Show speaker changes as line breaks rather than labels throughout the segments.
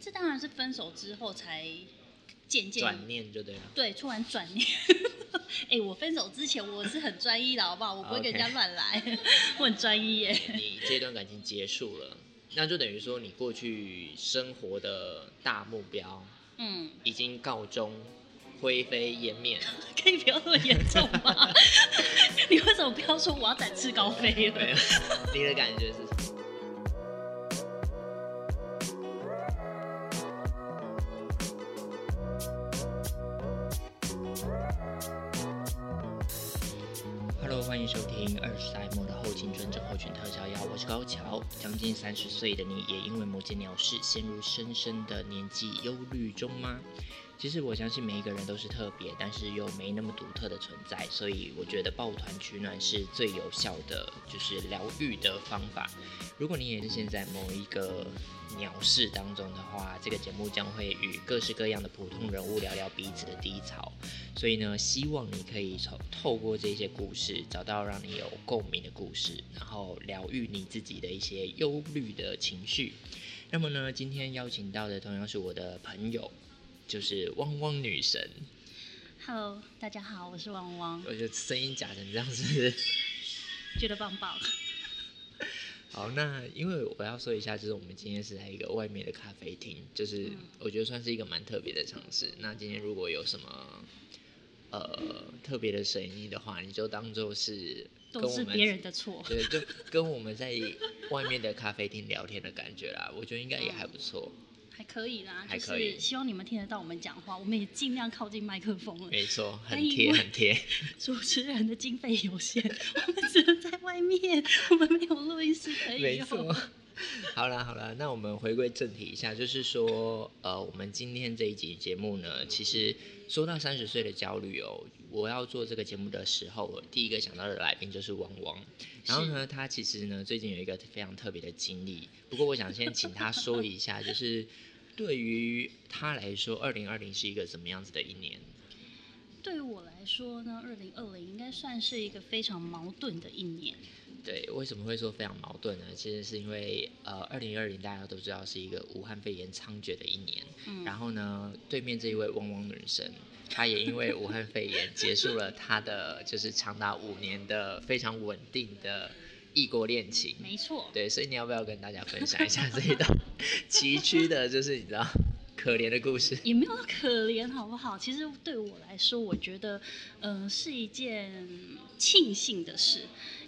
这当然是分手之后才渐渐
转念就对了。
对，突然转念。 哎、我分手之前我是很专一的，好不好？我不会跟人家
啊 OK
乱来我很专一耶。
你这段感情结束了，那就等于说你过去生活的大目标
嗯，
已经告终，灰飞烟灭了。
可以不要那么严重 吗？你为什么不要说我要展翅高飞
没有
了？，
你的感觉是什么？Hello，欢迎收听二十代末的后青春症候群特效药，我是高桥。将近三十岁的你，也因为某件鸟事陷入深深的年纪忧虑中吗？其实我相信每一个人都是特别，但是又没那么独特的存在，所以我觉得抱团取暖是最有效的，就是疗愈的方法。如果你也是现在某一个鸟事当中的话，这个节目将会与各式各样的普通人物聊聊彼此的低潮，所以呢，希望你可以透透过这些故事，找到让你有共鸣的故事，然后疗愈你自己的一些忧虑的情绪。那么呢，今天邀请到的同样是我的朋友，就是汪汪女神。
Hello，大家好，我是汪汪，
我觉得声音假成这样子。
觉得棒棒。
好，那因为我要说一下，就是我们今天是在一个外面的咖啡厅，就是
嗯
我觉得算是一个蛮特别的尝试。那今天如果有什么呃特别的声音的话，你就当做是跟
都
我
是
们
别人的错。
对，就跟我们在外面的咖啡厅聊天的感觉啦，我觉得应该也还不错。
还可以啦，
还
就
可以
是希望你们听得到我们讲话，我们也尽量靠近麦克风了。
没错，很
但因
贴
为
很贴。
主持人的经费有限， 我们只能在外面，我们没有录音室可以
没
用。
错。 好啦好啦，那我们回归正题一下，就是说，呃，我们今天这一集节目呢，其实说到三十岁的焦虑哦，我要做这个节目的时候，我第一个想到的来宾就是汪汪。然后呢，他其实呢最近有一个非常特别的经历，不过我想先请他说一下， 就是对于他来说，二零二零是一个怎么样子的一年？
对于我来说呢，二零二零应该算是一个非常矛盾的一年。
对，为什么会说非常矛盾呢？其实是因为呃，二零二零大家都知道是一个武汉肺炎猖獗的一年，
嗯
然后呢，对面这一位汪汪女神，她也因为武汉肺炎结束了她的就是长达五年的非常稳定的异国恋情。
没错，
对，所以你要不要跟大家分享一下这一段 崎岖的，就是你知道可怜的故事？
也没有那么可怜，好不好？其实对我来说，我觉得，嗯、是一件庆幸的事。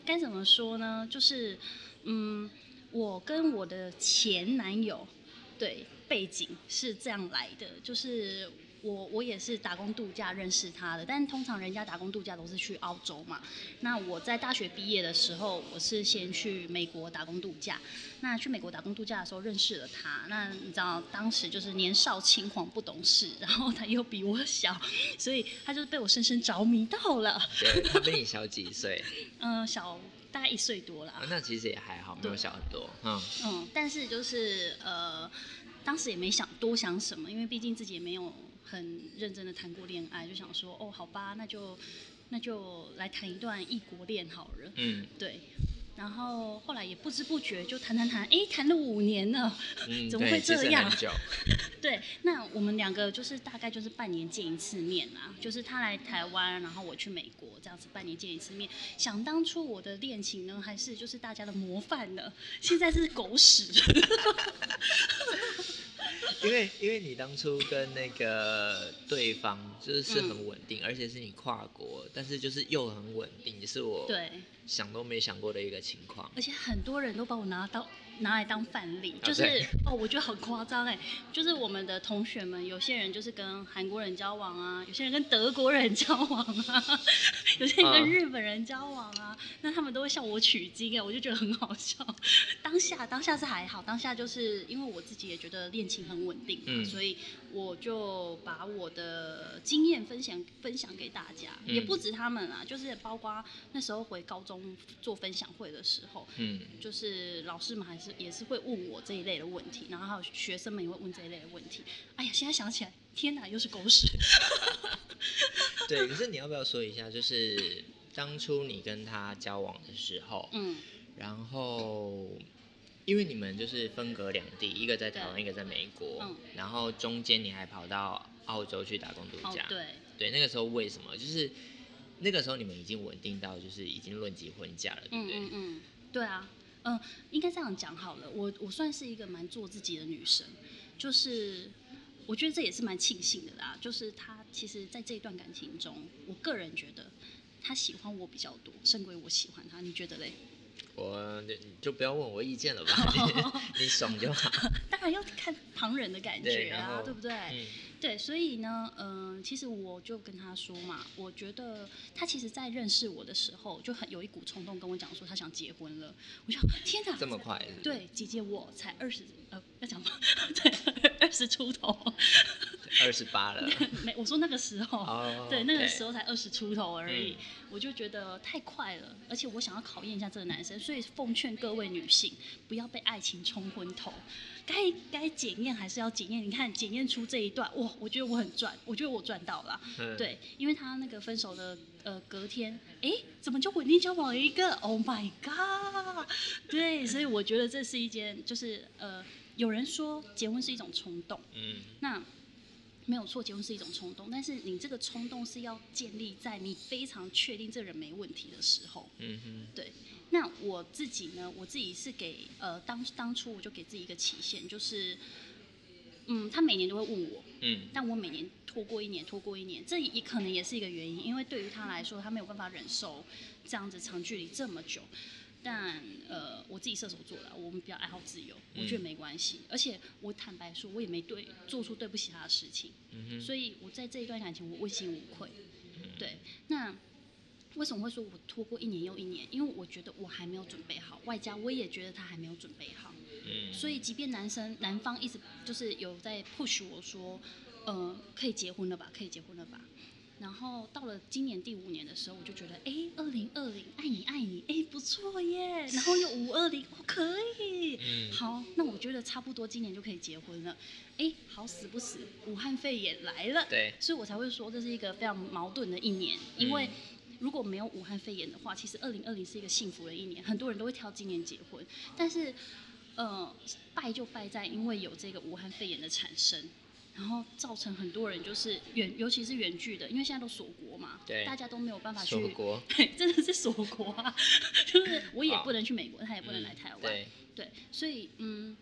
该怎么说呢？就是，嗯，我跟我的前男友，对背景是这样来的，就是。我我也是打工度假认识他的，但通常人家打工度假都是去澳洲嘛。那我在大学毕业的时候，我是先去美国打工度假，那去美国打工度假的时候认识了他，那你知道当时就是年少轻狂不懂事，然后他又比我小，所以他就是被我深深着迷到了，
对，她比你小几岁、
嗯、小大概一岁多啦
啊，那其实也还好，没有
对
小很多。嗯，
嗯，但是就是呃，当时也没想多想什么，因为毕竟自己也没有很认真的谈过恋爱，就想说哦，好吧，那就那就来谈一段异国恋好了，
嗯
对。然后后来也不知不觉就谈谈谈，哎，谈了五年了，
嗯，
怎么
对
会
其
这
实
样
很？久
对，那我们两个就是大概就是半年见一次面啦，就是他来台湾，然后我去美国，这样子半年见一次面。想当初我的恋情呢，还是就是大家的模范呢，现在是狗屎。
因为因为你当初跟那个对方就是是
嗯
很稳定，而且是你跨国，但是就是又很稳定，是我
对，
想都没想过的一个情况。
而且很多人都把我拿到拿来当范例，
啊
就是、
对
哦，我觉得很夸张哎，就是我们的同学们，有些人就是跟韩国人交往啊，有些人跟德国人 交往啊，有些人
啊
跟日本人交往啊，那他们都会向我取经哎，我就觉得很好笑。 当下当下是还好，当下就是因为我自己也觉得恋情很稳定嘛，
嗯
所以我就把我的经验分享分享给大家，
嗯
也不止他们啊，就是包括那时候回高中做分享会的时候，
嗯，
就是老师们还是也是会问我这一类的问题，然后还有学生们也会问这一类的问题。哎呀，现在想起来，天哪，又是狗屎！
对。可是你要不要说一下，就是当初你跟他交往的时候，
嗯，
然后因为你们就是分隔两地，一个在台湾，
对
一个在美国，
嗯
然后中间你还跑到澳洲去打工度
哦
假。，
对，
对那个时候为什么？就是那个时候你们已经稳定到就是已经论及婚嫁了，对不
嗯
对？
嗯嗯，对啊，嗯，应该这样讲好了。我我算是一个蛮做自己的女生，就是我觉得这也是蛮庆幸的啦。就是他其实在这一段感情中，我个人觉得他喜欢我比较多，胜过于我喜欢他。你觉得嘞？
我你你就不要问我意见了吧，你你爽就好。
当然要看旁人的感
对
觉
然
啊，
后
对 不对？
嗯
对，所以呢，嗯、其实我就跟他说嘛，我觉得他其实在认识我的时候，就很有一股冲动跟我讲说他想结婚了。我想，天哪，
这么快是不是
对，姐姐我才二十，呃，要讲吗？对，二十出头，
二十八了，
没，我说那个时候。
哦，
对，那个时
候，
候才二十出头而已，
嗯
我就觉得太快了，而且我想要考验一下这个男生，所以奉劝各位女性不要被爱情冲昏头，该该检验还是要检验。你看检验出这一段，哇，我觉得我很赚，我觉得我赚到了。
嗯，
对，因为他那个分手的呃隔天，哎，怎么就稳定交往了一个？Oh my god！对，所以我觉得这是一件，就是呃，有人说结婚是一种冲动，
嗯，
那没有错，结婚是一种冲动，但是你这个冲动是要建立在你非常确定这人没问题的时候。
嗯哼，
对，那我自己呢，我自己是给呃当当初我就给自己一个期限，就是嗯，他每年都会问我，
嗯，
但我每年拖过一年，拖过一年，这也可能也是一个原因，因为对于他来说，他没有办法忍受这样子长距离这么久。但呃，我自己射手座啦，我们比较爱好自由，我觉得
嗯
没关系。而且我坦白说，我也没对做出对不起他的事情，
嗯哼，嗯
所以我在这一段感情我问心无愧。对，那为什么会说我拖过一年又一年？因为我觉得我还没有准备好，外加我也觉得他还没有准备好。
嗯，
所以，即便男生男方一直就是有在 push 我说，呃，可以结婚了吧，可以结婚了吧。然后到了今年第五年的时候，我就觉得，哎，二零二零，爱你爱你，哎，不错耶。然后又五二零，我可以。
嗯
好，那我觉得差不多今年就可以结婚了。哎，好死不死，武汉肺炎来了。
对，
所以我才会说这是一个非常矛盾的一年，因为
嗯
如果没有武汉肺炎的话，其实二零二零是一个幸福的一年，很多人都会挑今年结婚，但是呃，败就败在因为有这个武汉肺炎的产生。然后造成很多人就是远，尤其是远距的，因为现在都锁国嘛，
对
大家都没有办法去，
锁国，
对， 真的是锁国啊， 就是我也
好
不能去美国，他也不能
嗯
来台湾，
对，
对，所以嗯，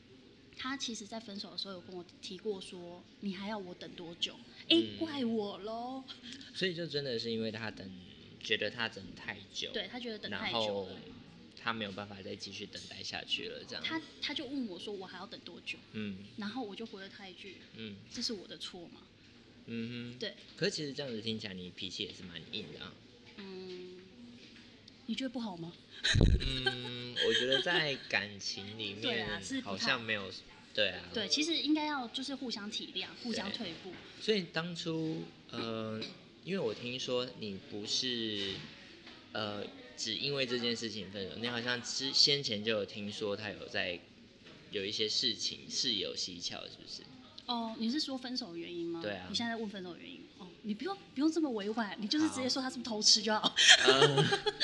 他其实在分手的时候有跟我提过说，你还要我等多久？哎、
嗯
怪我喽。
所以就真的是因为他等，觉得他等太久，
对他觉得等太
然
久
后
了，
他没有办法再继续等待下去了，这样，
他他就问我说我还要等多久？
嗯
然后我就回了他一句，
嗯
这是我的错嘛？
嗯哼，。
对，
可是其实这样子听起来，你脾气也是蛮硬 的、啊。
嗯，你觉得不好吗？
嗯，我觉得在感情里
对
面
啊是不
好
太
像没有，对啊，
对，其实应该要就是互相体谅，互相
对
退步。
所以当初，呃，因为我听说你不是，呃，只因为这件事情分手，你好像之先前就有听说他有在有一些事情是有蹊跷，是不是？
哦，你是说分手的原因吗？
对啊
你现在在问分手的原因？哦，你不用不用这么委婉，你就是直接
好
说他是不是偷吃就好。
呃，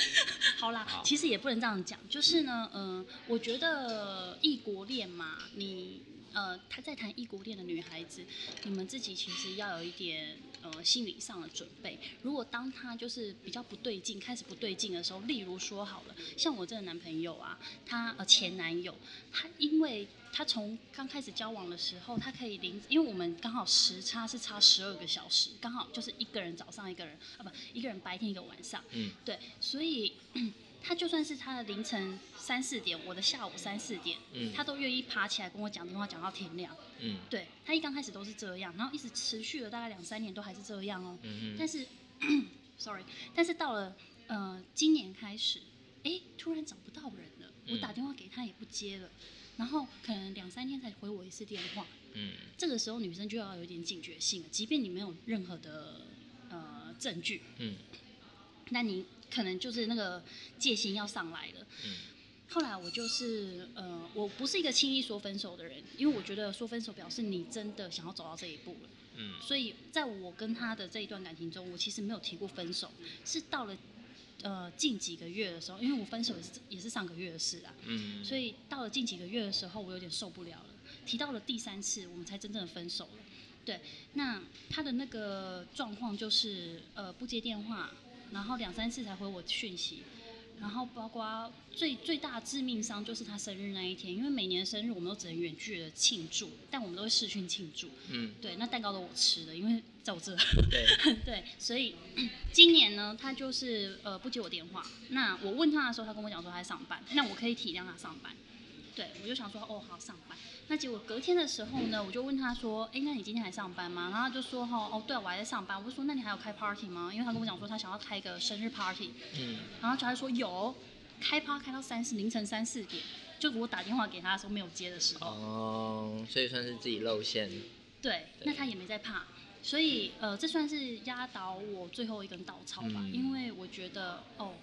好啦，
好
其实也不能这样讲，就是呢，嗯、我觉得异国恋嘛，你呃，他在谈异国恋的女孩子，你们自己其实要有一点呃心理上的准备。如果当他就是比较不对劲，开始不对劲的时候，例如说好了，像我这个男朋友啊，他呃前男友，他因为他从刚开始交往的时候，他可以零，因为我们刚好时差是差十二个小时，刚好就是一个人早上，一个人啊不，一个人白天，一个晚上。
嗯，
对，所以 嗯他就算是他的凌晨三四点，我的下午三四点，
嗯
他都愿意爬起来跟我讲电话，讲到天亮。
嗯
对他一刚开始都是这样，然后一直持续了大概两三年都还是这样哦。
嗯
但
哼，
是 ，sorry，但是到了呃今年开始，哎，突然找不到人了，我
嗯
打电话给他也不接了，然后可能两三天才回我一次电话。
嗯
这个时候女生就要有一点警觉性了，即便你没有任何的呃证据，
嗯
那你可能就是那个戒心要上来了。
嗯
后来我就是呃，我不是一个轻易说分手的人，因为我觉得说分手表示你真的想要走到这一步了。
嗯
所以在我跟他的这一段感情中，我其实没有提过分手，是到了呃近几个月的时候，因为我分手也是也是上个月的事啊，
嗯，
所以到了近几个月的时候，我有点受不了了。提到了第三次，我们才真正的分手了。对，那他的那个状况就是，呃，不接电话，然后两三次才回我讯息，然后包括最最大致命伤就是他生日那一天，因为每年生日我们都只能远距的庆祝，但我们都会视讯庆祝。
嗯，
对，那蛋糕都我吃的，因为在我这。
对，
对，所以 今年呢，他就是呃不接我电话。那我问他的时候，他跟我讲说他在上班，那我可以体谅他上班。对，我就想说哦好上班。那结果隔天的时候呢，我就问他说，哎、那你今天还上班吗？然后他就说哈哦对啊，我还在上班。我就说那你还有开 party 吗？因为他跟我讲说他想要开一个生日 party，
嗯，
然后他就说有，开趴开到三四凌晨三四点。就我打电话给他的时候没有接的时候，
哦，所以算是自己露馅，
对，
对
那他也没在怕，所以呃，这算是压倒我最后一根稻草吧，
嗯
因为我觉得哦，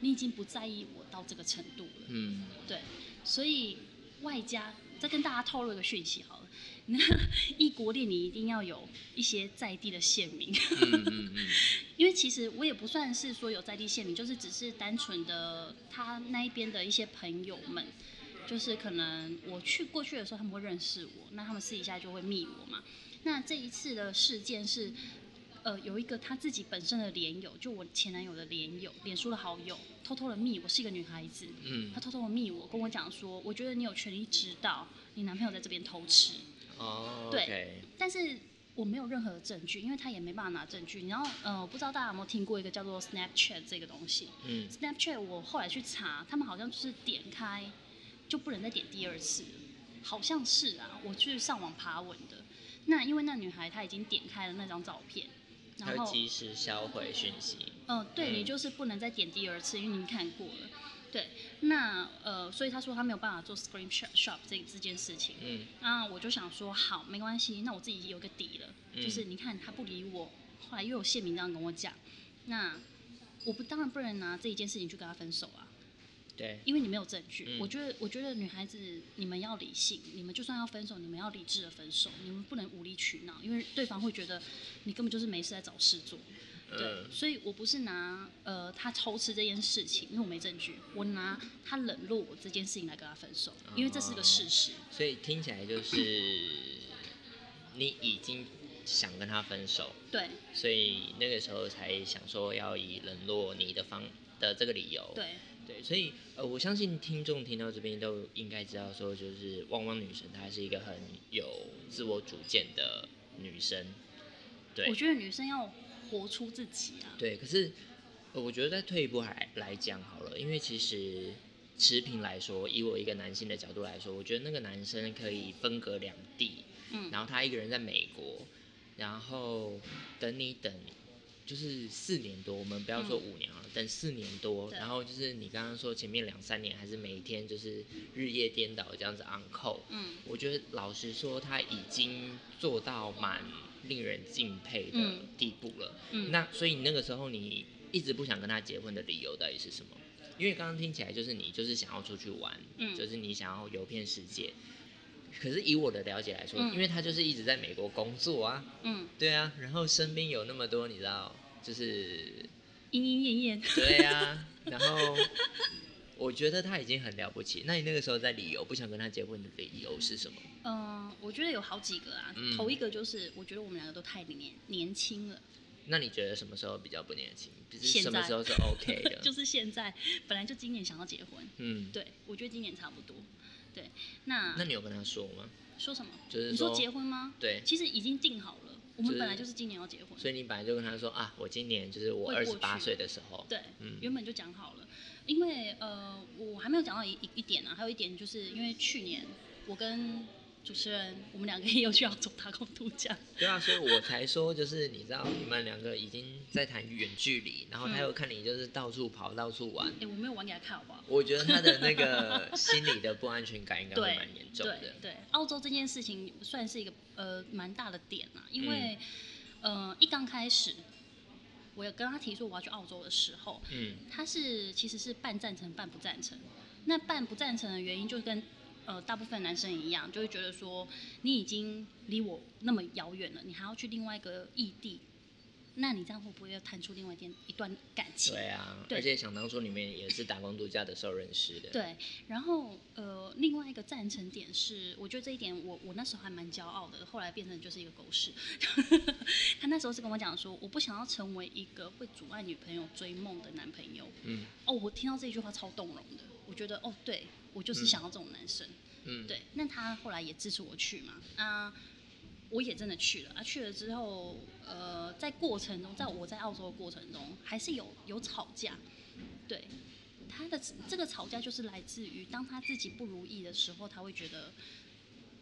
你已经不在意我到这个程度了，
嗯，
对，所以外加再跟大家透露一个讯息好了，那 异国恋你一定要有一些在地的县民，
嗯嗯嗯，
因为其实我也不算是说有在地县民，就是只是单纯的他那一边的一些朋友们，就是可能我去过去的时候他们会认识我，那他们私底下就会密我嘛。那这一次的事件是，呃，有一个他自己本身的连友，就我前男友的连友，脸书的好友，偷偷的密我是一个女孩子，
嗯
他，偷偷的密我，跟我讲说，我觉得你有权利知道你男朋友在这边偷吃。
哦，
对
OK，
但是我没有任何证据，因为他也没办法拿证据。然后，呃，我不知道大家有没有听过一个叫做 Snapchat 这个东西。
嗯
Snapchat 我后来去查，他们好像就是点开就不能再点第二次了，好像是啊，我去上网爬文的。那因为那女孩她已经点开了那张照片，然
要
后
及时销毁讯息，
嗯，对
嗯
你就是不能再点第二次，因为你看过了。对，那呃，所以他说他没有办法做 screenshot 这这件事情。
嗯
那我就想说，好，没关系，那我自己有个底了，
嗯
就是你看他不理我，后来又有谢明这样跟我讲，那我不当然不能拿这一件事情去跟他分手啊，
对，
因为你没有证据。
嗯
我觉得，我觉得女孩子你们要理性，你们就算要分手，你们要理智的分手，你们不能无理取闹，因为对方会觉得你根本就是没事在找事做。对，
嗯
所以我不是拿呃他偷吃这件事情，因为我没证据，我拿他冷落我这件事情来跟他分手，
啊
因为这是个事实。
所以听起来就是你已经想跟他分手，
对
所以那个时候才想说要以冷落你的方的这个理由，
对
对，所以呃，我相信听众听到这边都应该知道，说就是汪汪女神她是一个很有自我主见的女生，对
我觉得女生要活出自己啊。
对。可是、呃我觉得再退一步来来讲好了，因为其实持平来说，以我一个男性的角度来说，我觉得那个男生可以分隔两地，
嗯
然后他一个人在美国，然后等你等。就是四年多，我们不要说五年好了，等四年多，
对
然后就是你刚刚说前面两三年还是每一天就是日夜颠倒这样子 on call，
嗯
我觉得老实说，他已经做到蛮令人敬佩的
嗯
地步了。
嗯，
那所以你那个时候你一直不想跟他结婚的理由到底是什么？因为刚刚听起来就是你就是想要出去玩，
嗯
就是你想要游遍世界。可是以我的了解来说，
嗯
因为他就是一直在美国工作啊，
嗯，
对啊，然后身边有那么多你知道，就是
莺莺燕燕。
对啊，然后我觉得他已经很了不起。那你那个时候在理由不想跟他结婚的理由是什么？
嗯、我觉得有好几个啊。
嗯
头一个就是我觉得我们两个都太年年轻了，
那你觉得什么时候比较不年轻？就是
现
什么
在
时候是 OK 的？
就是现在本来就今年想要结婚，
嗯，
对我觉得今年差不多。对，那
那你有跟他说吗？
说什么？
就是
你
说
说结婚吗？
对，
其实已经定好了，我
就
们
是
本来就是今年要结婚。
所以你本来就跟他说啊，我今年就是我二
会
十
过去
八岁的时候，
对，
嗯
原本就讲好了，因为呃，我还没有讲到一一一点啊，还有一点就是因为去年我跟主持人，我们两个也有去澳洲打工度假，
对啊，所以我才说就是你知道你们两个已经在谈远距离，然后他
嗯
又看你就是到处跑到处玩，
哎、我没有玩给他看好不好？
我觉得他的 那个心理的不安全感应该会
对
蛮严重
对
的。
对，澳洲这件事情算是一个呃蛮大的点啊，因为、
嗯
呃一刚开始。我有跟他提说我要去澳洲的时候，
嗯
他是其实是半赞成半不赞成。那半不赞成的原因就跟呃大部分男生一样，就会觉得说你已经离我那么遥远了，你还要去另外一个异地那你这样会不会又谈出另外一件一段感情？
对啊，
对
而且想当初你们也是打工度假的时候认识的。，
对，然后呃，另外一个赞成点是，我觉得这一点我我那时候还蛮骄傲的，后来变成就是一个狗屎。 他那时候是跟我讲说，我不想要成为一个会阻碍女朋友追梦的男朋友。
嗯
哦，我听到这句话超动容的，我觉得哦，对我就是想要这种男生。
嗯，
对，那他后来也支持我去嘛，啊，我也真的去了啊。去了之后，呃，在过程中，在我在澳洲的过程中，还是有有吵架，对。他的这个吵架就是来自于当他自己不如意的时候，他会觉得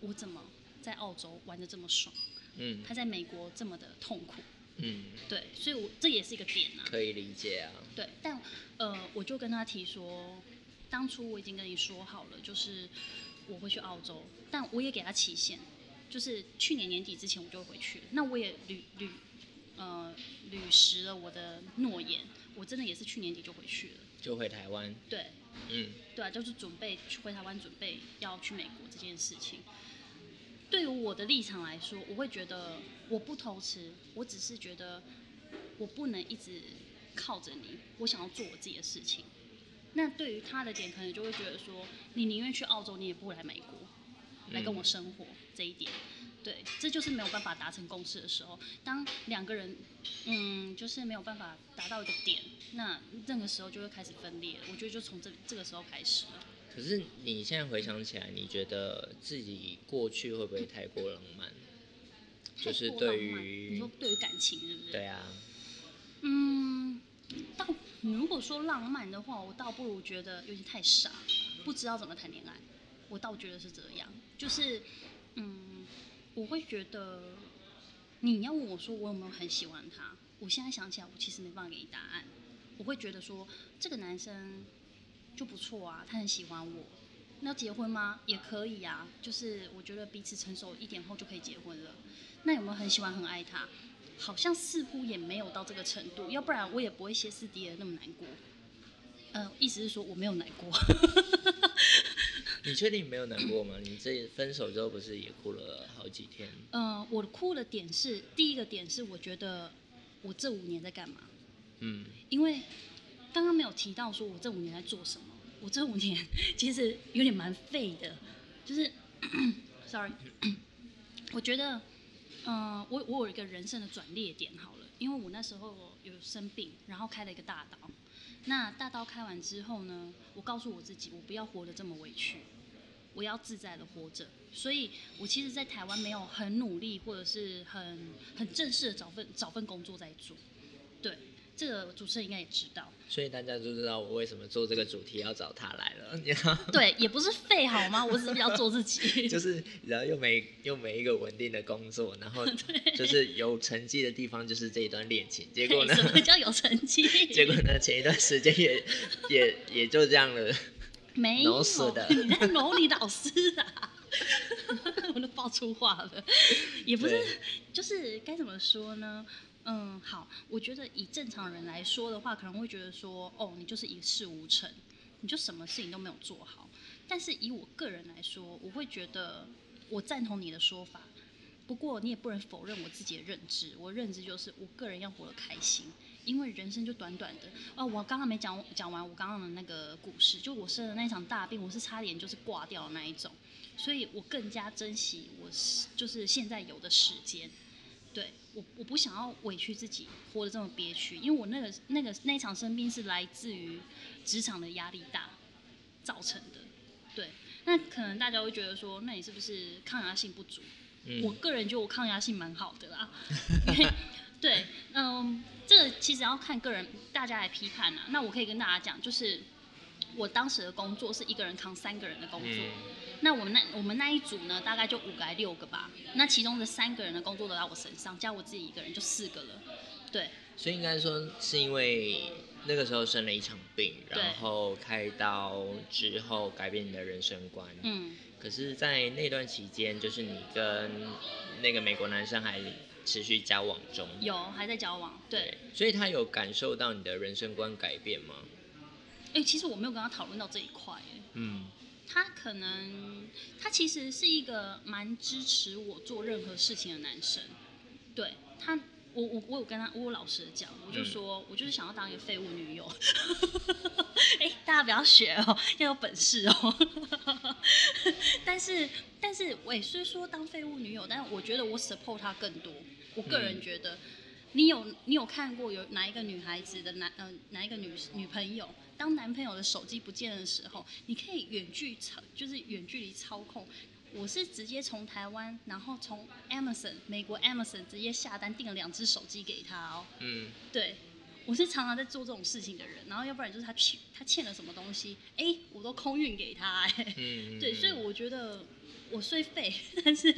我怎么在澳洲玩的这么爽，
嗯
他在美国这么的痛苦，
嗯，
对，所以我这也是一个点啊。
可以理解啊。
对，但呃，我就跟他提说，当初我已经跟你说好了，就是我会去澳洲，但我也给他期限，就是去年年底之前我就会回去了。那我也履履呃履实了我的诺言，我真的也是去年底就回去了。
就回台湾，
对，
嗯
对啊，就是准备去回台湾，准备要去美国这件事情。对于我的立场来说，我会觉得我不偷吃，我只是觉得我不能一直靠着你，我想要做我自己的事情。那对于他的点，可能就会觉得说，你宁愿去澳洲，你也不会来美国来
嗯
跟我生活、这一点。对，这就是没有办法达成共识的时候。当两个人，嗯，就是没有办法达到一个点，那那个时候就会开始分裂。我觉得就从这这个时候开始了。
可是你现在回想起来，你觉得自己过去会不会太过浪漫？就是
太过浪
对
漫
于
你说对于感情是不是？
对啊，
嗯，倒如果说浪漫的话，我倒不如觉得有点太傻，不知道怎么谈恋爱。我倒觉得是这样，就是嗯，我会觉得你要问我说我有没有很喜欢他，我现在想起来，我其实没办法给你答案。我会觉得说这个男生就不错啊，他很喜欢我。那结婚吗？也可以啊，就是我觉得彼此成熟一点后就可以结婚了。那有没有很喜欢很爱他？好像似乎也没有到这个程度，要不然我也不会歇斯底里地那么难过。呃，意思是说我没有难过，
你确定没有难过吗？你这分手之后不是也哭了好几天？
呃，我哭的点是第一个点是我觉得我这五年在干嘛，
嗯，
因为刚刚没有提到说我这五年在做什么，我这五年 其实有点蛮废的，就是 ，sorry，我觉得，呃，我我有一个人生的转捩点好了，因为我那时候有生病，然后开了一个大刀，那大刀开完之后呢，我告诉我自己，我不要活得这么委屈。我要自在的活着，所以我其实，在台湾没有很努力，或者是很很正式的找份找份工作在做。对，这个主持人应该也知道，
所以大家就知道我为什么做这个主题要找他来了， 你知道，
对，也不是废好吗？我只是比较做自己，
就是然后又没又没一个稳定的工作，然后就是有成绩的地方就是这一段恋情，结果呢
嘿，什么叫有成绩？
结果呢前一段时间也也也就这样了，
没有，
挠死的
你在蝼你老师啊！ 我都爆粗话了，也不是
对，
就是该怎么说呢？嗯，好，我觉得以正常人来说的话，可能会觉得说，哦，你就是一事无成，你就什么事情都没有做好。但是以我个人来说，我会觉得我赞同你的说法，不过你也不能否认我自己的认知，我认知就是我个人要活得开心，因为人生就短短的。哦，我刚刚没讲讲完我刚刚的那个故事，就我生的那场大病，我是差点就是挂掉的那一种，所以我更加珍惜我是就是现在有的时间。对我，我不想要委屈自己，活得这么憋屈，因为我那个那个那一场生病是来自于职场的压力大造成的。对，那可能大家会觉得说，那你是不是抗压性不足？我
嗯
个人觉得我抗压性蛮好的啦，因为对，嗯，这个其实要看个人，大家来批判啦。那我可以跟大家讲，就是我当时的工作是一个人扛三个人的工作，
嗯
那我们那我们那一组呢，大概就五个还六个吧，那其中的三个人的工作都在我身上，加我自己一个人就四个了，对，
所以应该说是因为那个时候生了一场病，然后开刀之后改变你的人生观。
嗯，
可是，在那段期间，就是你跟那个美国男生还持续交往中。
有还在交往，对，，
所以他有感受到你的人生观改变吗？
哎、其实我没有跟他讨论到这一块、哎。
嗯
他可能他其实是一个蛮支持我做任何事情的男生，对他我我我有跟他，我有老实的讲，我就说、我就是想要当一个废物女友。 哎、大家不要学哦，要有本事哦。但是但是，我也虽说当废物女友，但我觉得我 support 她更多。我个人
嗯
觉得，你有你有看过有哪一个女孩子的男呃哪一个女女朋友，当男朋友的手机不见的时候，你可以远距操，就是远距离操控。我是直接从台湾，然后从 Amazon 美国 Amazon 直接下单订了两只手机给他哦。
嗯
对，我是常常在做这种事情的人，然后要不然就是他欠他欠了什么东西，哎，我都空运给他、哎，
嗯，
对，
嗯
所以我觉得我虽废， 但是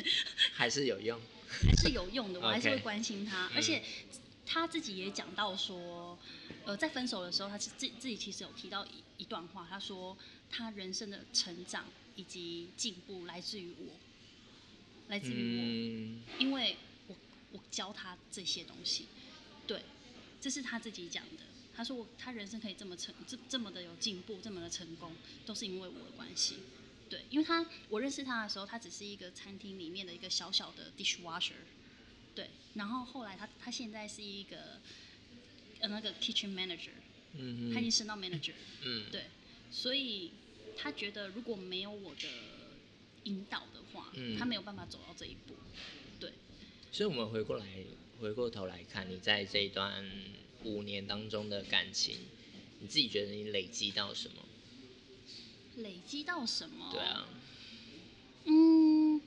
还是有用。
还是有用的，我还是
OK 嗯
会关心他，而且他自己也讲到说，呃，在分手的时候，他是自自己其实有提到一一段话，他说他人生的成长以及进步来自于我，来自于我。
嗯
因为我我教他这些东西，对，这是他自己讲的。他说我他人生可以这么成这这么的有进步，这么的成功，都是因为我的关系。对，因为他我认识他的时候，他只是一个餐厅里面的一个小小的 dishwasher，对。然后后来他他现在是一个呃那个 kitchen manager，
嗯
他已经
嗯
升到 manager，
嗯
对。所以他觉得如果没有我的引导的话，
嗯
他没有办法走到这一步。对，
所以我们回过来，回过头来看，你在这一段五年当中的感情，你自己觉得你累积到什么？
累积到什么？
对啊，
嗯，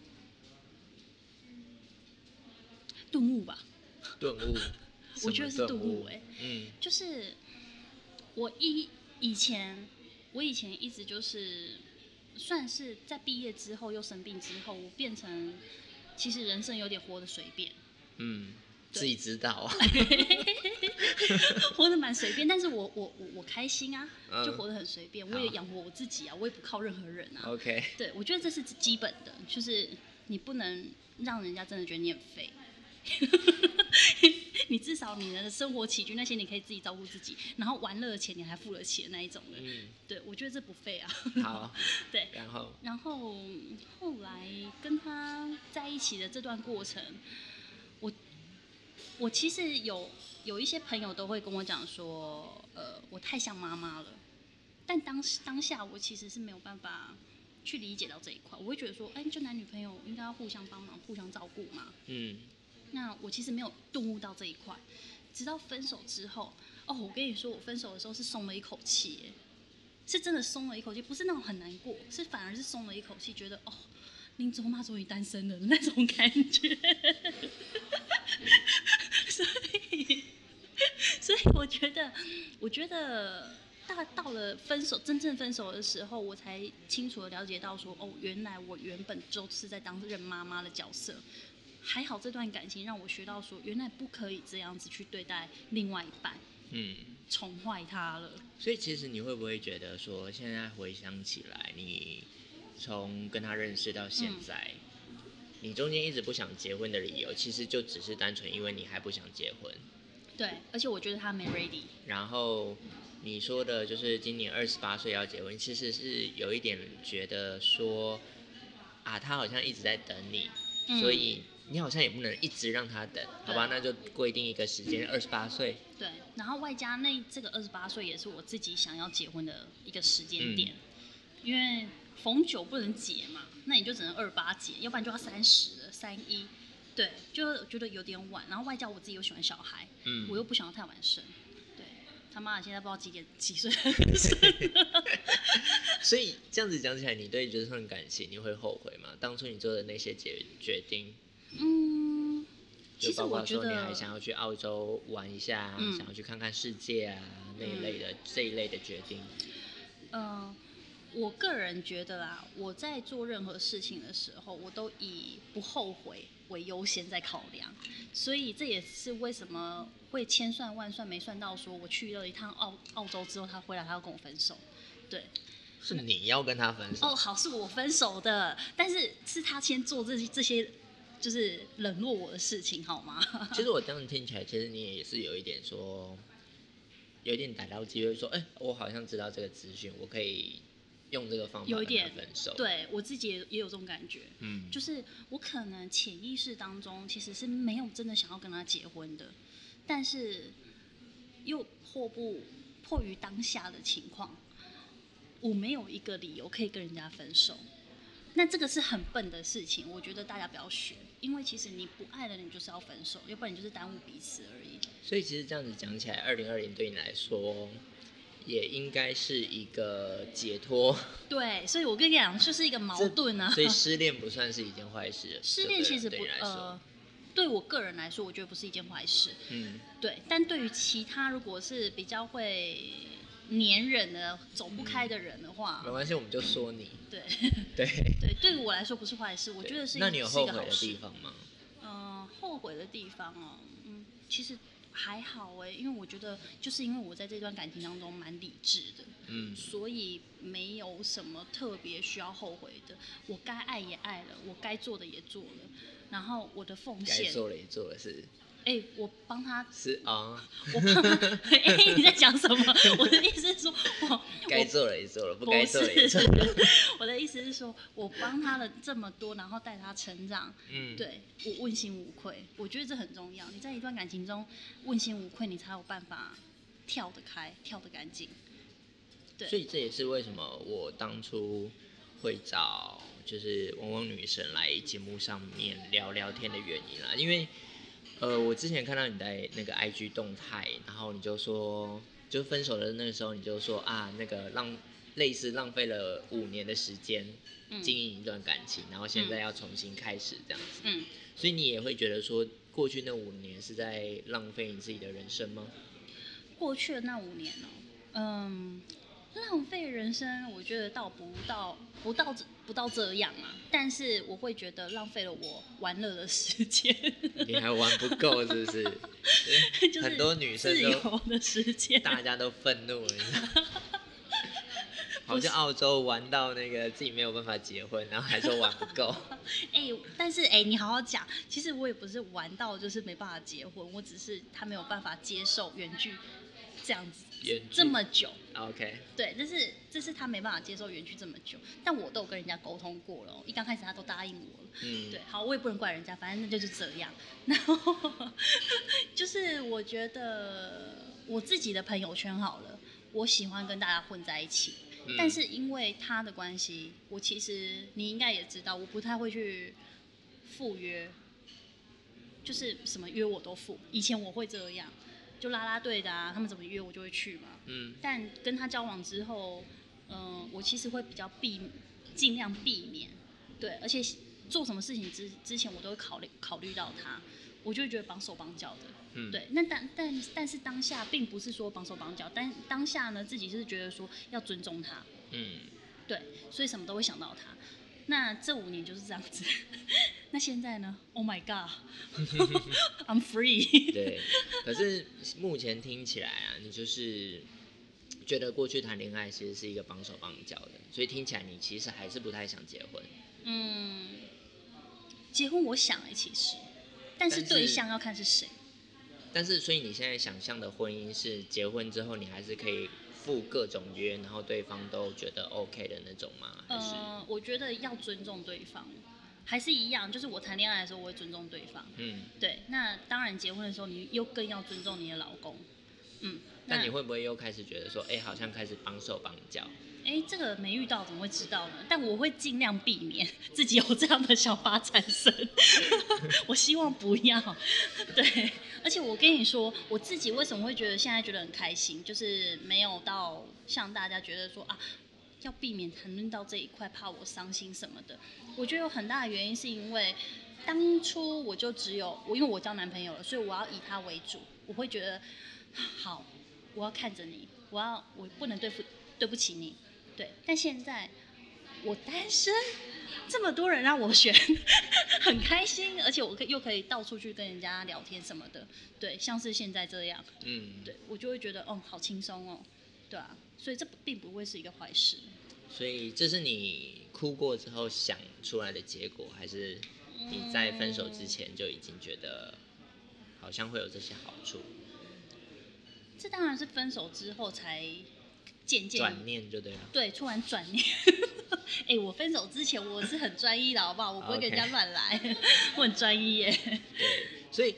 顿悟吧，，
顿悟
我觉得是
什
顿
么
悟哎、
嗯
就是我一以前，我以前一直就是算是在毕业之后又生病之后，我变成其实人生有点活得随便，
嗯，
对
自己知道，
活得蛮随便，但是我我我我开心啊，就
嗯
活得很随便，我也
好
养活我自己啊，我也不靠任何人啊，
OK，
对，我觉得这是基本的，就是你不能让人家真的觉得你很废。 你至少你的生活起居那些你可以自己照顾自己，然后玩乐的钱你还付得起的那一种的，
嗯，
对我觉得这不废啊。
好，
对，
然后
然后嗯后来跟他在一起的这段过程，我我其实有有一些朋友都会跟我讲说，呃，我太像妈妈了。但当时当下我其实是没有办法去理解到这一块，我会觉得说，哎、就男女朋友应该要互相帮忙、互相照顾嘛。
嗯
那我其实没有顿悟到这一块，直到分手之后，哦，我跟你说，我分手的时候是松了一口气耶，是真的松了一口气，不是那种很难过，是反而是松了一口气，觉得哦，林卓玛终于单身了那种感觉。 所以，所以我觉得，我觉得大到了分手真正分手的时候，我才清楚的了解到说，哦，原来我原本就是在当任妈妈的角色。还好这段感情让我学到说，原来不可以这样子去对待另外一半，
嗯。
宠坏他了。
所以其实你会不会觉得说，现在回想起来，你从跟他认识到现在，你中间一直不想结婚的理由，其实就只是单纯因为你还不想结婚。
对，而且我觉得他没 ready。
然后你说的就是今年二十八岁要结婚，其实是有一点觉得说，啊，他好像一直在等你，
嗯
所以你好像也不能一直让他等，好吧？那就规定一个时间，二十八岁。
对，然后外加那这个二十八岁也是我自己想要结婚的一个时间点，因为逢九不能结嘛，那你就只能二八结，要不然就要三十了，三一，对，就觉得有点晚。然后外加我自己又喜欢小孩，
嗯
我又不想要太晚生，对他妈的现在不知道几点几 岁生了，
所以这样子讲起来，你对这份感情你会后悔吗？当初你做的那些决决定，
嗯，
就
其实
包括
我觉
说你
得
还想要去澳洲玩一下啊，
嗯
想要去看看世界啊那一类的、这一类的决定，
嗯，我个人觉得啦，我在做任何事情的时候，我都以不后悔为优先在考量，所以这也是为什么会千算万算没算到说我去了一趟澳澳洲之后，他回来他要跟我分手。对，
是你要跟他分手。
哦，好，是我分手的，但是是他先做这些这些，就是冷落我的事情，好吗？
其实我这样听起来，其实你也是有一点说，有一点逮到机会说，哎、我好像知道这个资讯，我可以用这个方法
有一
跟他
点
分手，，
对我自己也也有这种感觉，
嗯，
就是我可能潜意识当中其实是没有真的想要跟他结婚的，但是又迫不迫于当下的情况，我没有一个理由可以跟人家分手。那这个是很笨的事情，我觉得大家不要学，因为其实你不爱了，你就是要分手，要不然你就是耽误彼此而已。
所以其实这样子讲起来，二零二零对你来说也应该是一个解 脱，
对，所以我跟你讲，就是一个矛
这
盾啊。
所以失恋不算是一件坏事。
失
就
恋
对
其
了
实
对
不
你来说
呃，，对我个人来说，我觉得不是一件坏事。
嗯，
对，但对于其他如果是比较会粘人的、走不开的人的话，
没关系，我们就说你
对
对。
对，对于我来说不是坏事，我
对
觉得是一
那你有
是一
后
个
悔
好
的地
事。
方吗？
嗯、后悔的地方哦，嗯，其实还好哎，因为我觉得就是因为我在这段感情当中蛮理智的，
嗯
所以没有什么特别需要后悔的。我该爱也爱了，我该做的也做了，然后我的奉
该
献，
做了也做了是
哎，我帮他
是啊，
我怕他，哎、 你在讲什么？我的意思是说，我
该
我
做了也做了，不
不
该做了也做了。
是， 我的意思是说，我帮他了这么多，然后带他成长，
嗯，
对我问心无愧，我觉得这很重要。你在一段感情中问心无愧，你才有办法跳得开，跳得干净。对
所以这也是为什么我当初会找就是汪汪女神来节目上面聊聊天的原因啦，因为呃，我之前看到你在那个 IG 动态，然后你就说，就分手的那个时候，你就说啊，那个浪类似浪费了五年的时间
嗯
经营一段感情，然后现在要重新开始这样子，
嗯，
所以你也会觉得说，过去那五年是在浪费你自己的人生吗？
过去的那五年哦、嗯，浪费人生，我觉得倒不到不到这不到这样啊，但是我会觉得浪费了我玩乐的时间。
你还玩不够是不是？
就是
很多女生
自
都
由的时间，
大家都愤怒了。你 知道跑去澳洲玩到那个自己没有办法结婚，然后还说玩不 够，
哎、但是哎、你好好讲，其实我也不是玩到就是没办法结婚，我只是他没有办法接受远距这样子
远距
这么久，
OK，
对，这是这是他没办法接受远距这么久，但我都有跟人家沟通过了哦，一刚开始他都答应我了，
嗯，
对，好，我也不能怪人家，反正那就是这样。 然后就是我觉得我自己的朋友圈好了，我喜欢跟大家混在一起，
嗯
但是因为他的关系，我其实你应该也知道，我不太会去赴约，就是什么约我都赴。以前我会这样，就啦啦队的啊，他们怎么约我就会去嘛。
嗯
但跟他交往之后，嗯、我其实会比较避，尽量避免，对，而且做什么事情之之前，我都会考虑考虑到他，我就会觉得绑手绑脚的，
嗯，
对，那但但但是当下并不是说绑手绑脚，但当下呢，自己是觉得说要尊重他，
嗯，
对，所以什么都会想到他。那这五年就是这样子。 那现在呢？Oh my god，I'm free。
对。可是目前听起来啊，你就是觉得过去谈恋爱其实是一个绑手绑脚的，所以听起来你其实还是不太想结婚。
嗯，结婚我想哎、其实，但是
但是
对象要看是谁。
但是，所以你现在想象的婚姻是结婚之后你还是可以赴各种约，然后对方都觉得 OK 的那种吗？还是？
呃，我觉得要尊重对方，还是一样，就是我谈恋爱的时候我会尊重对方。
嗯，
对，那当然结婚的时候你又更要尊重你的老公。嗯，
那你会不会又开始觉得说，哎、好像开始绑手绑脚？
哎，这个没遇到怎么会知道呢？但我会尽量避免自己有这样的想法产生， 我希望不要。对，而且我跟你说，我自己为什么会觉得现在觉得很开心，就是没有到像大家觉得说啊，要避免谈论到这一块，怕我伤心什么的。我觉得有很大的原因是因为当初我就只有我，因为我交男朋友了，所以我要以他为主，我会觉得好，我要看着你，我要我不能对付对不起你，对，但现在我单身，这么多人让我选， 很开心，而且我可以又可以到处去跟人家聊天什么的，对，像是现在这样，
嗯，
对我就会觉得，哦，好轻松哦，对啊，所以这不并不会是一个坏事，
所以这是你哭过之后想出来的结果，还是嗯你在分手之前就已经觉得好像会有这些好处？
嗯这当然是分手之后才渐渐
转念就对了。
对，突然转念。 哎、我分手之前我是很专一的，好不好？我不会跟人家
OK
乱来 我很专一耶。
所以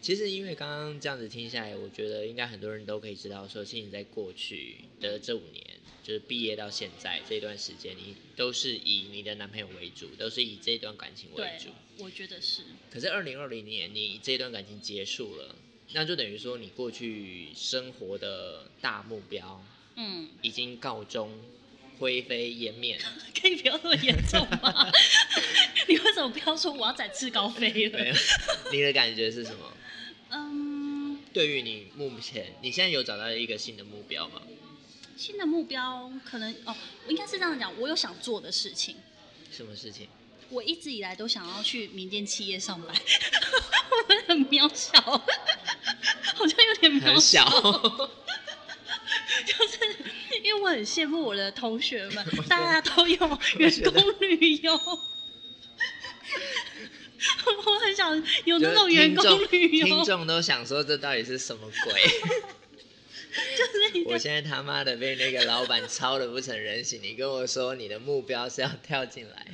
其实因为刚刚这样子听下来，我觉得应该很多人都可以知道说，其实你在过去的这五年，就是毕业到现在这段时间，你都是以你的男朋友为主，都是以这段感情为
对
主。，
我觉得是。
可是二零二零年你这段感情结束了，那就等于说你过去生活的大目标
嗯，
已经告终，灰飞烟 灭。
可以不要那么严重 吗？你为什么不要说我要展翅高飞
没
了？
有，你的感觉是什么？
嗯，
对于你目前，你现在有找到一个新的目标吗？
新的目标可能哦，我应该是这样讲，我有想做的事情。
什么事 情？
我一直以来都想要去民间企业上班， 我们很渺小，好像有点渺
很小，
就是因为我很羡慕我的同学们，大家都有员工旅游。 我很想有那种员工旅游，
听
就
众都想说这到底是什么 鬼？
是你
我现在他妈的被那个老板操的不成人形。你跟我说你的目标是要跳进来，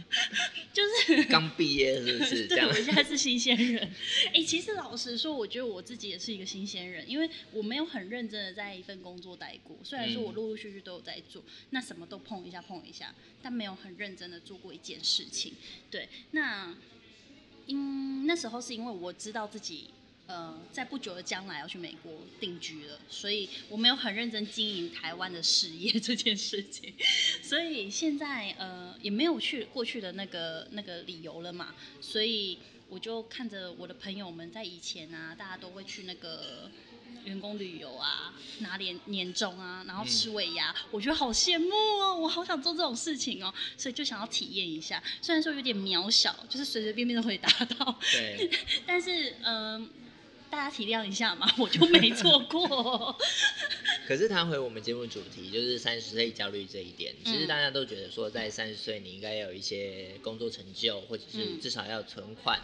就是
刚毕业是 不是这
对，
样
我？现在是新鲜人。 哎、其实老实说，我觉得我自己也是一个新鲜人，因为我没有很认真的在一份工作待过。虽然说我
嗯
陆陆续续都有在做，那什么都碰一下碰一下，但没有很认真的做过一件事情。对，那嗯，那时候是因为我知道自己。呃，在不久的将来要去美国定居了，所以我没有很认真经营台湾的事业这件事情，所以现在呃也没有去过去的那个那个理由了嘛，所以我就看着我的朋友们在以前啊，大家都会去那个员工旅游啊，拿年年终啊，然后吃尾牙，我觉得好羡慕哦，我好想做这种事情哦，所以就想要体验一下。虽然说有点渺小，就是随随便便都可以达到，
对，
但是嗯、大家体谅一下嘛， 我就没做过。
可是谈回我们节目主题，就是三十岁焦虑这一点，其
嗯
实大家都觉得说，在三十岁你应该要有一些工作成就，或者是
嗯
至少要存款。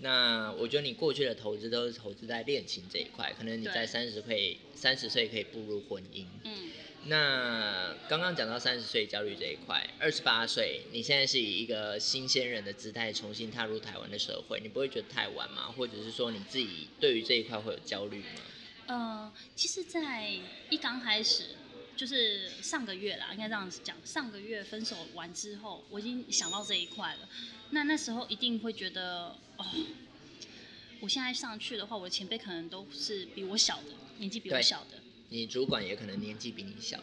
那我觉得你过去的投资都是投资在恋情这一块，可能你
对
在三十岁三十岁可以步入婚姻。
嗯，
那刚刚讲到三十岁焦虑这一块，二十八岁，你现在是以一个新鲜人的姿态重新踏入台湾的社会，你不会觉得太晚吗？或者是说你自己对于这一块会有焦虑吗？
呃，其实，在一刚开始，就是上个月啦，应该这样子讲，上个月分手完之后，我已经想到这一块了。那那时候一定会觉得，哦，我现在上去的话，我的前辈可能都是比我小的，年纪比我
对
小的。
你主管也可能年纪比你小，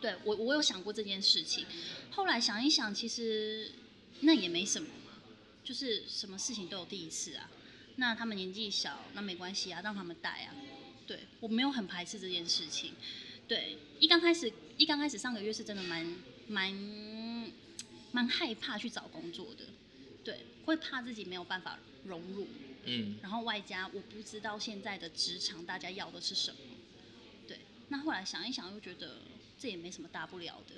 对我，我有想过这件事情。后来想一想，其实那也没什么嘛，就是什么事情都有第一次啊。那他们年纪小，那没关系啊，让他们带啊。对我没有很排斥这件事情。对，一刚开始，一刚开始上个月是真的蛮蛮蛮害怕去找工作的，对，会怕自己没有办法融入，
嗯，
然后外加我不知道现在的职场大家要的是什么，对。那后来想一想，又觉得这也没什么大不了的，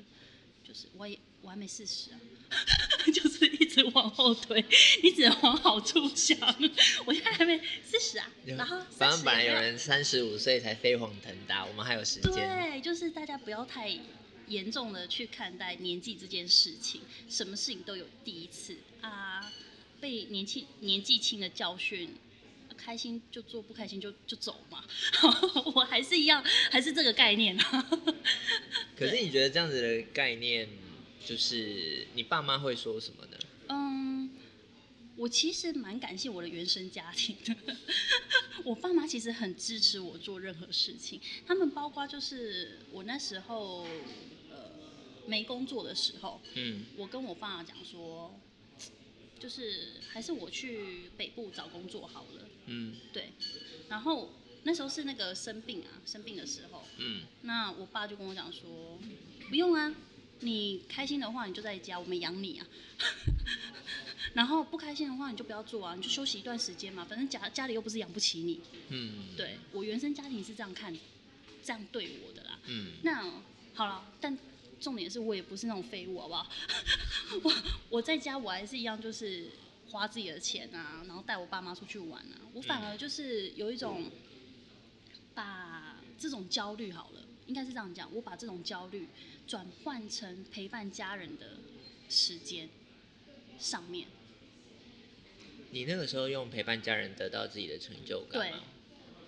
就是我也我还没四十啊， 就是一直往后推，你只能往好处想。我现在还没四十啊，然后
反正
30
本来
也没
有人三十五岁才飞黄腾达，我们还有时间。
对，就是大家不要太严重的去看待年纪这件事情，什么事情都有第一次啊。被年纪年纪轻的教训，开心就做，不开心就就走嘛。 我还是一样，还是这个概念啊。
可是你觉得这样子的概念，就是你爸妈会说什么呢？
嗯，我其实蛮感谢我的原生家庭的， 我爸妈其实很支持我做任何事情，他们包括就是我那时候呃没工作的时候，
嗯，
我跟我爸讲说，就是还是我去北部找工作好了。
嗯
对，然后那时候是那个生病啊，生病的时候，
嗯，
那我爸就跟我讲说，不用啊，你开心的话你就在家，我们养你啊。 然后不开心的话你就不要做啊，你就休息一段时间嘛，反正家家里又不是养不起你。
嗯，
对我原生家庭是这样看，这样对我的啦。
嗯，
那好了，但重点是我也不是那种废物，好不 好？我我在家我还是一样，就是花自己的钱啊，然后带我爸妈出去玩啊。我反而就是有一种把这种焦虑好了，应该是这样讲，我把这种焦虑转换成陪伴家人的时间上面。
嗯你那个时候用陪伴家人得到自己的成就感
对
吗？，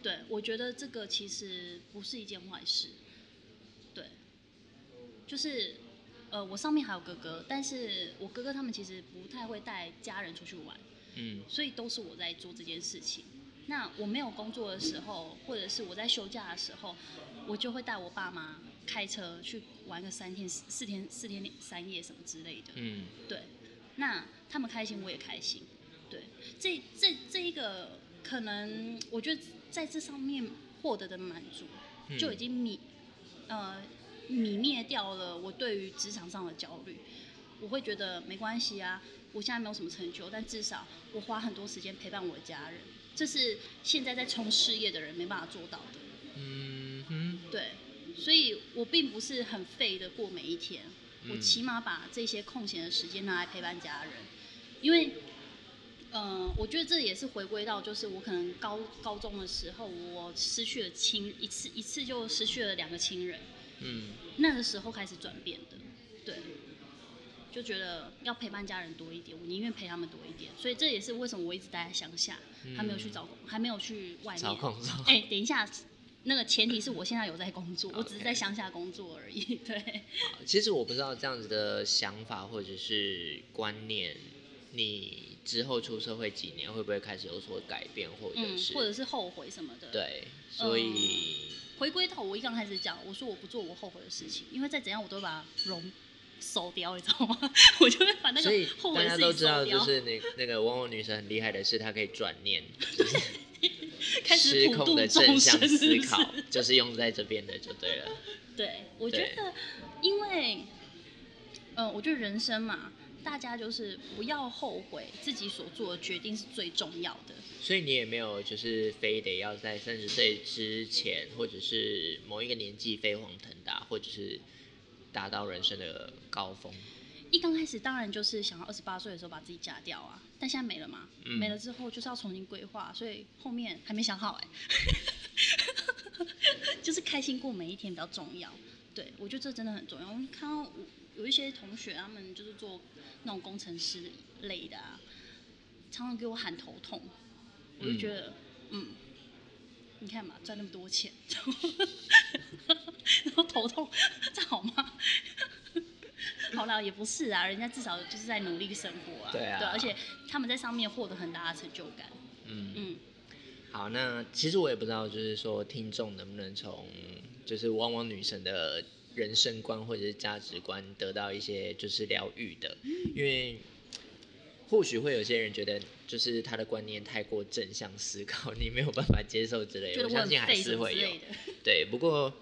对，我觉得这个其实不是一件坏事。对，就是呃，我上面还有哥哥，但是我哥哥他们其实不太会带家人出去玩，
嗯
所以都是我在做这件事情。那我没有工作的时候，或者是我在休假的时候，我就会带我爸妈开车去玩个三天、四四天、四天三夜什么之类的。
嗯，
对，那他们开心我也开心，对，这这这一个可能我觉得在这上面获得的满足
嗯
就已经泯、呃泯灭掉了我对于职场上的焦虑，我会觉得没关系啊，我现在没有什么成就，但至少我花很多时间陪伴我的家人，这是现在在冲事业的人没办法做到的。
嗯哼，
对，所以我并不是很废的过每一天，我
嗯
起码把这些空闲的时间拿来陪伴家人，因为，呃，我觉得这也是回归到就是我可能高高中的时候，我失去了亲一次一次就失去了两个亲人，
嗯，
那个时候开始转变的，对。就觉得要陪伴家人多一点，我宁愿陪他们多一点，所以这也是为什么我一直待在乡下，还没有去
嗯
找工，还没有去外面
操控操 控
哎、等一下，那个前提是我现在有在工作，我只是
OK
在乡下工作而已。对，
其实我不知道这样子的想法或者是观念，你之后出社会几年会不会开始有所改变，或者
嗯
是、，
或者是后悔什么的。，
对，所以、
回归到我一刚开始讲，我说我不做我后悔的事情，因为再怎样我都会把它融收掉，你知道吗？ 我就会把那
所以
个后
大
悔
家
的
都
事
知
情
道，
收
就
掉，
是那那个网友女神很厉害的是，她可以转念，
开
失
始普
控
度
的正
众
向
生，
思
是不是
考，就是用在这边的就对了。
对，我觉
对
得，因为，呃，我觉得人生嘛，大家就是不要后悔自己所做的决定是最重要的。
所以你也没有就是非得要在三十岁之前，或者是某一个年纪飞黄腾达，或者是达到人生的高峰。
一刚开始当然就是想要二十八岁的时候把自己嫁掉啊，但现在没了嘛，
嗯
没了之后就是要重新规划，所以后面还没想好哎、 就是开心过每一天比较重要。对，我觉得这真的很重要。我们看到有有一些同学他们就是做那种工程师类的啊，常常给我喊头痛，我就觉得嗯你看嘛，赚那么多钱， 然后头痛， 这好吗？ 好啦，也不是啊，人家至少就是在努力生活啊，
对啊
而且他们在上面获得很大的成就感，
嗯，
嗯，
好，那其实我也不知道，就是说听众能不能从就是汪汪女神的人生观或者是价值观得到一些就是疗愈的，
嗯
因为或许会有些人觉得就是他的观念太过正向思考， 你没有办法接受之类
觉得
的，我
我
相
很
信还
废
是
什么
会
之
有
类。的，
对，不过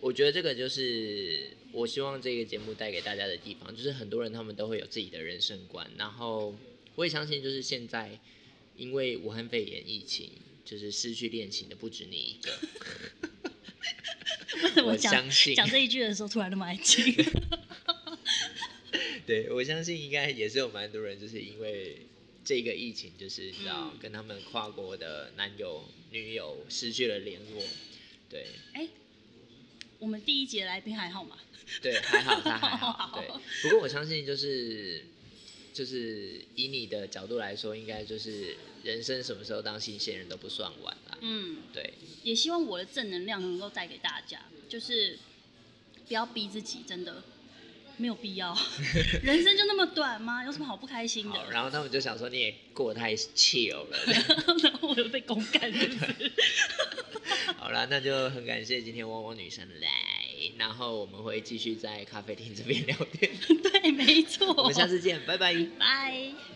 我觉得这个就是我希望这个节目带给大家的地方，就是很多人他们都会有自己的人生观，然后我也相信，就是现在因为武汉肺炎疫情，就是失去恋情的不止你一个，
为什么
我
讲
相信，
讲这一句的时候突然那么安 静？
对我相信应该也是有蛮多人就是因为。这个疫情就是你知道，
嗯
跟他们跨国的男友、女友失去了联络，对
哎、我们第一节来宾还好吗？
对，还好他还好，
好
对。不过我相信就是就是以你的角度来说，应该就是人生什么时候当新鲜人都不算晚啦。
嗯，
对，
也希望我的正能量能够带给大家，就是不要逼自己，真的没有必 要。人生就那么短吗？有什么好不开心的
好，？然后他们就想说你也过得太 chill 了。
然后我就被公干，是不 是？
好啦，那就很感谢今天汪汪女神来，然后我们会继续在咖啡厅这边聊天。
对，没
我
错
们。下次见，拜拜。
拜。